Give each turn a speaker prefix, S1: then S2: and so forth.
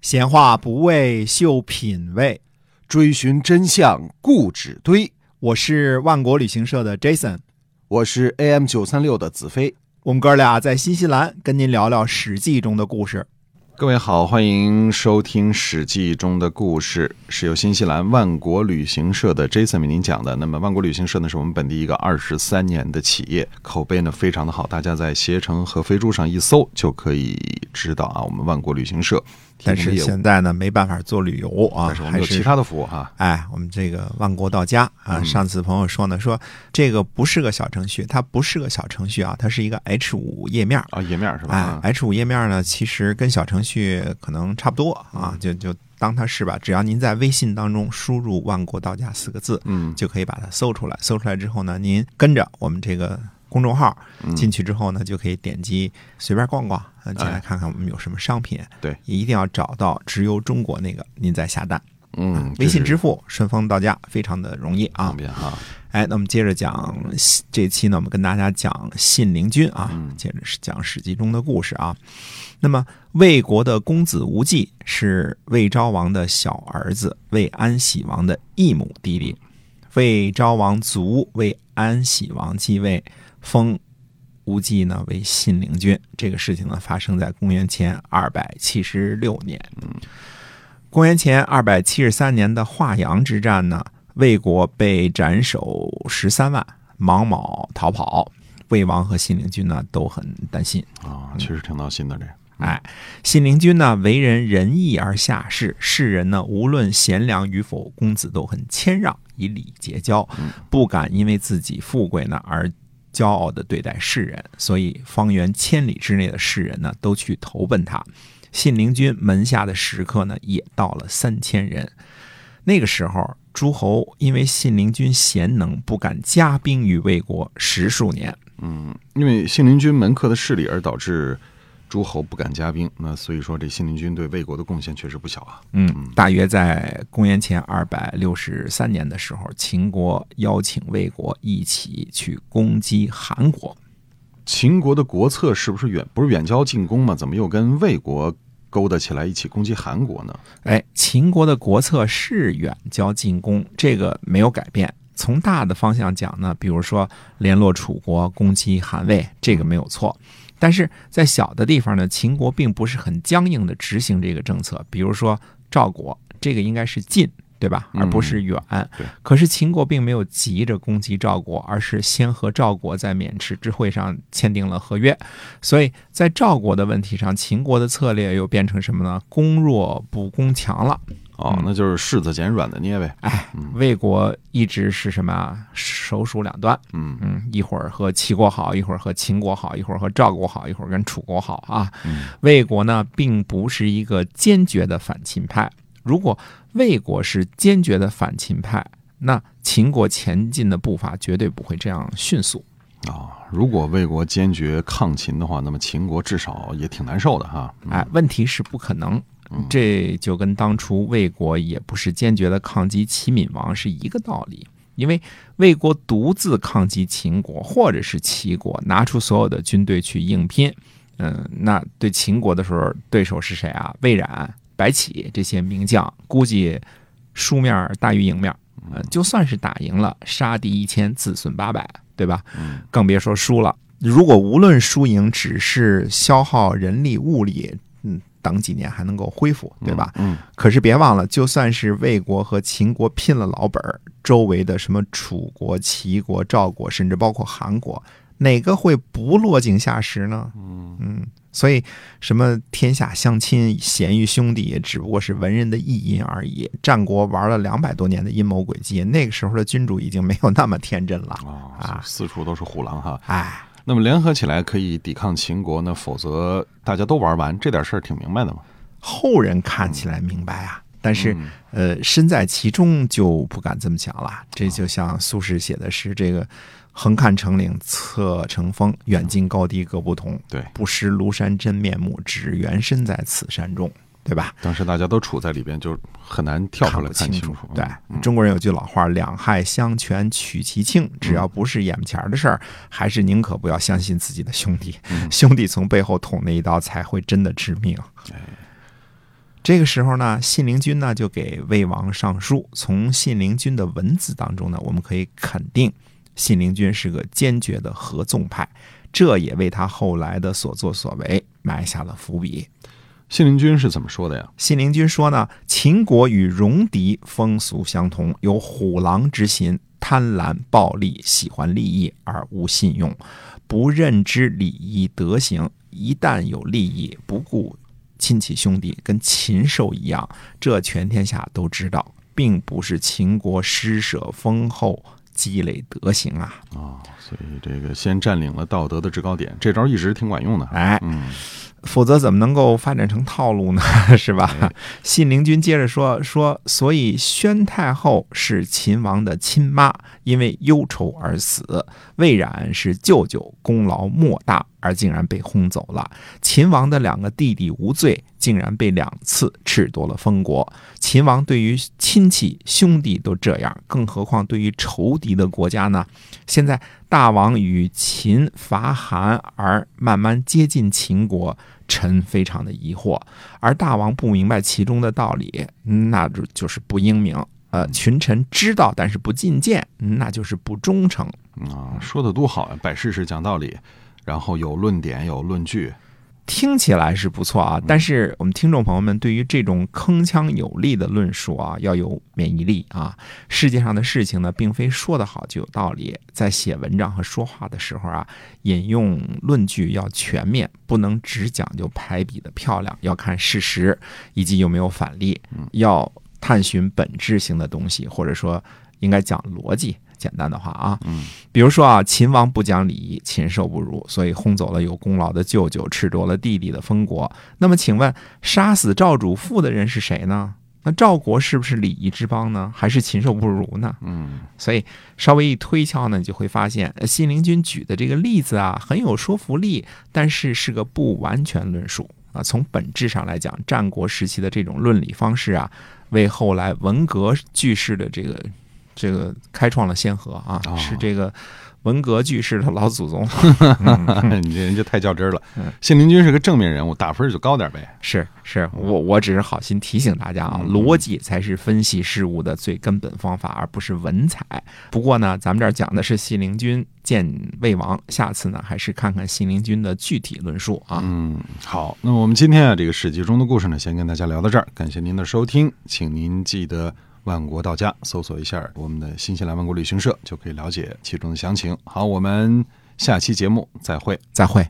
S1: 闲话不为秀品味，
S2: 追寻真相固执堆。
S1: 我是万国旅行社的 Jason，
S2: 我是 AM 九三六的子飞。
S1: 我们哥俩在新西兰跟您聊聊《史记》中的故事。
S2: 各位好，欢迎收听《史记》中的故事，是由新西兰万国旅行社的 Jason 为您讲的。那么，万国旅行社呢，是我们本地一个二十三年的企业，口碑呢非常的好，大家在携程和飞猪上一搜就可以知道啊，我们万国旅行社提
S1: 但
S2: 供的
S1: 是
S2: 业务。
S1: 现在呢，没办法做旅游啊，
S2: 但是我们有
S1: 还
S2: 其他嗯的服务哈、
S1: 哎，我们这个万国到家啊，上次朋友说呢，说这个不是个小程序，它不是个小程序啊，它是一个 H 五页面儿。
S2: 啊，页面是吧？
S1: 哎
S2: 啊
S1: ，H 五页面呢，其实跟小程序可能差不多啊，
S2: 嗯
S1: 就就当它是吧。只要您在微信当中输入“万国到家”四个字，
S2: 嗯，
S1: 就可以把它搜出来。搜出来之后呢，您跟着我们这个公众号
S2: 嗯
S1: 进去之后呢，就可以点击随便逛逛，呃进来看看我们有什么商品。
S2: 哎对
S1: 也一定要找到直邮中国那个，您再下单。
S2: 嗯，
S1: 微信
S2: 这是
S1: 支付顺丰到家，非常的容易啊
S2: 方。便哈、
S1: 哎，那我们接着讲这期呢，我们跟大家讲信陵君啊，接着是讲《史记》中的故事啊。那么，魏国的公子无忌是魏昭王的小儿子，魏安喜王的异母弟弟。魏昭王卒，魏安喜王继位，封无忌呢为信陵君。这个事情呢，发生在公元前二百七十六年。公元前二百七十三年的华阳之战呢，魏国被斩首十三万，芒卯逃跑，魏王和信陵君呢都很担心。
S2: 啊，确实挺闹心的这。
S1: 哎，信陵君呢为人仁义而下士，世人呢无论贤良与否，公子都很谦让，以礼结交，不敢因为自己富贵呢而骄傲地对待世人，所以方圆千里之内的世人呢都去投奔他。信陵君门下的食客呢也到了三千人。那个时候，诸侯因为信陵君贤能，不敢加兵于魏国十数年。
S2: 因为信陵君门客的势力而导致诸侯不敢加兵，那所以说这信陵君对魏国的贡献确实不小啊。
S1: 嗯，大约在公元前二百六十三年的时候，秦国邀请魏国一起去攻击韩国。
S2: 秦国的国策是不是远不是远交近攻吗？怎么又跟魏国勾搭起来一起攻击韩国呢？
S1: 哎，秦国的国策是远交近攻，这个没有改变。从大的方向讲呢，比如说联络楚国攻击韩魏，这个没有错。但是在小的地方呢，秦国并不是很僵硬的执行这个政策。比如说赵国，这个应该是近，对吧？
S2: 嗯
S1: 而不是远。
S2: 对
S1: 可是秦国并没有急着攻击赵国，而是先和赵国在渑池之会上签订了合约。所以在赵国的问题上，秦国的策略又变成什么呢？攻弱不攻强了。嗯
S2: 哦，那就是柿子捡软的捏呗。
S1: 哎，魏国一直是什么啊？首鼠两端，
S2: 嗯
S1: 嗯，一会儿和齐国好，一会儿和秦国好，一会儿和赵国好，一会儿跟楚国好啊。
S2: 嗯
S1: 魏国呢，并不是一个坚决的反秦派。如果魏国是坚决的反秦派，那秦国前进的步伐绝对不会这样迅速。
S2: 哦，如果魏国坚决抗秦的话，那么秦国至少也挺难受的哈。
S1: 哎，问题是不可能。这就跟当初魏国也不是坚决的抗击齐闵王是一个道理，因为魏国独自抗击秦国或者是齐国，拿出所有的军队去硬拼。嗯，那对秦国的时候，对手是谁啊？魏冉、白起这些名将，估计输面儿大于赢面儿。呃，就算是打赢了，杀敌一千，自损八百，对吧？更别说输了。如果无论输赢，只是消耗人力物力，嗯，等几年还能够恢复，对吧？
S2: 嗯，
S1: 可是别忘了，就算是魏国和秦国拼了老本儿，周围的什么楚国、齐国、赵国，甚至包括韩国，哪个会不落井下石呢？嗯所以什么天下相亲、贤于兄弟，也只不过是文人的意淫而已。战国玩了两百多年的阴谋诡计，那个时候的君主已经没有那么天真了。啊
S2: 哦，四处都是虎狼哈。
S1: 哎，
S2: 那么联合起来可以抵抗秦国，那否则大家都玩完这点事儿，挺明白的嘛。
S1: 后人看起来明白啊，但是呃，身在其中就不敢这么想了。这就像苏轼写的诗：“这个横看成岭侧成峰，远近高低各不同。
S2: 对
S1: 不识庐山真面目，只缘身在此山中。”对吧？
S2: 当时大家都处在里边，就很难跳出来
S1: 不
S2: 看
S1: 清
S2: 清楚。嗯
S1: 对，中国人有句老话：“两害相权取其轻。”只要不是眼前儿的事儿，还是宁可不要相信自 己的兄弟。兄弟从背后捅那一刀，才会真的致命。这个时候呢，信陵君呢就给魏王上书。从信陵君的文字当中呢，我们可以肯定，信陵君是个坚决的合纵派，这也为他后来的所作所为埋下了伏笔。
S2: 信陵君是怎么说的呀？
S1: 信陵君说呢，秦国与戎狄风俗相同，有虎狼之心，贪婪暴力，喜欢利益而无信用，不认知礼仪德行。一旦有利益，不顾亲戚兄弟，跟禽兽一样，这全天下都知道，并不是秦国施舍丰厚积累德行啊。
S2: 啊，所以这个先占领了道德的制高点，这招一直挺管用的。
S1: 哎，
S2: 嗯，
S1: 否则怎么能够发展成套路呢？ 是吧？信陵君接着说说，所以宣太后是秦王的亲妈，因为忧愁而死；魏冉是舅舅，功劳莫大，而竟然被轰走了。秦王的两个弟弟无罪，竟然被两次褫夺了封国。秦王对于亲戚兄弟都这样，更何况对于仇敌的国家呢？现在大王与秦伐韩而慢慢接近秦国，臣非常的疑惑。而大王不明白其中的道理，那就就是不英明。呃，群臣知道但是不进谏，那就是不忠诚。
S2: 啊，说的多好呀，摆事实讲道理，然后有论点有论 据。
S1: 听起来是不错啊，但是我们听众朋友们对于这种铿锵有力的论述啊，要有免疫力啊。世界上的事情呢，并非说得好就有道理，在写文章和说话的时候啊，引用论据要全面，不能只讲究排比的漂亮，要看事实以及有没有反例，要探寻本质性的东西，或者说应该讲逻辑。简单的话啊，比如说啊，秦王不讲礼仪，禽兽不如，所以轰走了有功劳的舅舅，褫夺了弟弟的封国。那么，请问杀死赵主父的人是谁呢？那赵国是不是礼仪之邦呢？还是禽兽不如呢？
S2: 嗯，
S1: 所以稍微一推敲呢，你就会发现，呃信陵君举的这个例子啊，很有说服力，但是是个不完全论述啊。从本质上来讲，战国时期的这种论理方式啊，为后来文革句式的这个这个开创了先河啊，
S2: 哦
S1: 是这个文革句式的老祖宗。
S2: 你这人就太较真儿了
S1: 嗯。
S2: 信陵君是个正面人物，打分儿就高点儿呗。
S1: 是是，我我只是好心提醒大家啊，逻辑才是分析事物的最根本方法，而不是文采。不过呢，咱们这儿讲的是信陵君见魏王，下次呢还是看看信陵君的具体论述啊。
S2: 嗯，好，那么我们今天啊这个史记中的故事呢，先跟大家聊到这儿，感谢您的收听，请您记得万国到家搜索一下我们的新西兰万国旅行社，就可以了解其中的详情。好，我们下期节目再会。
S1: 再会。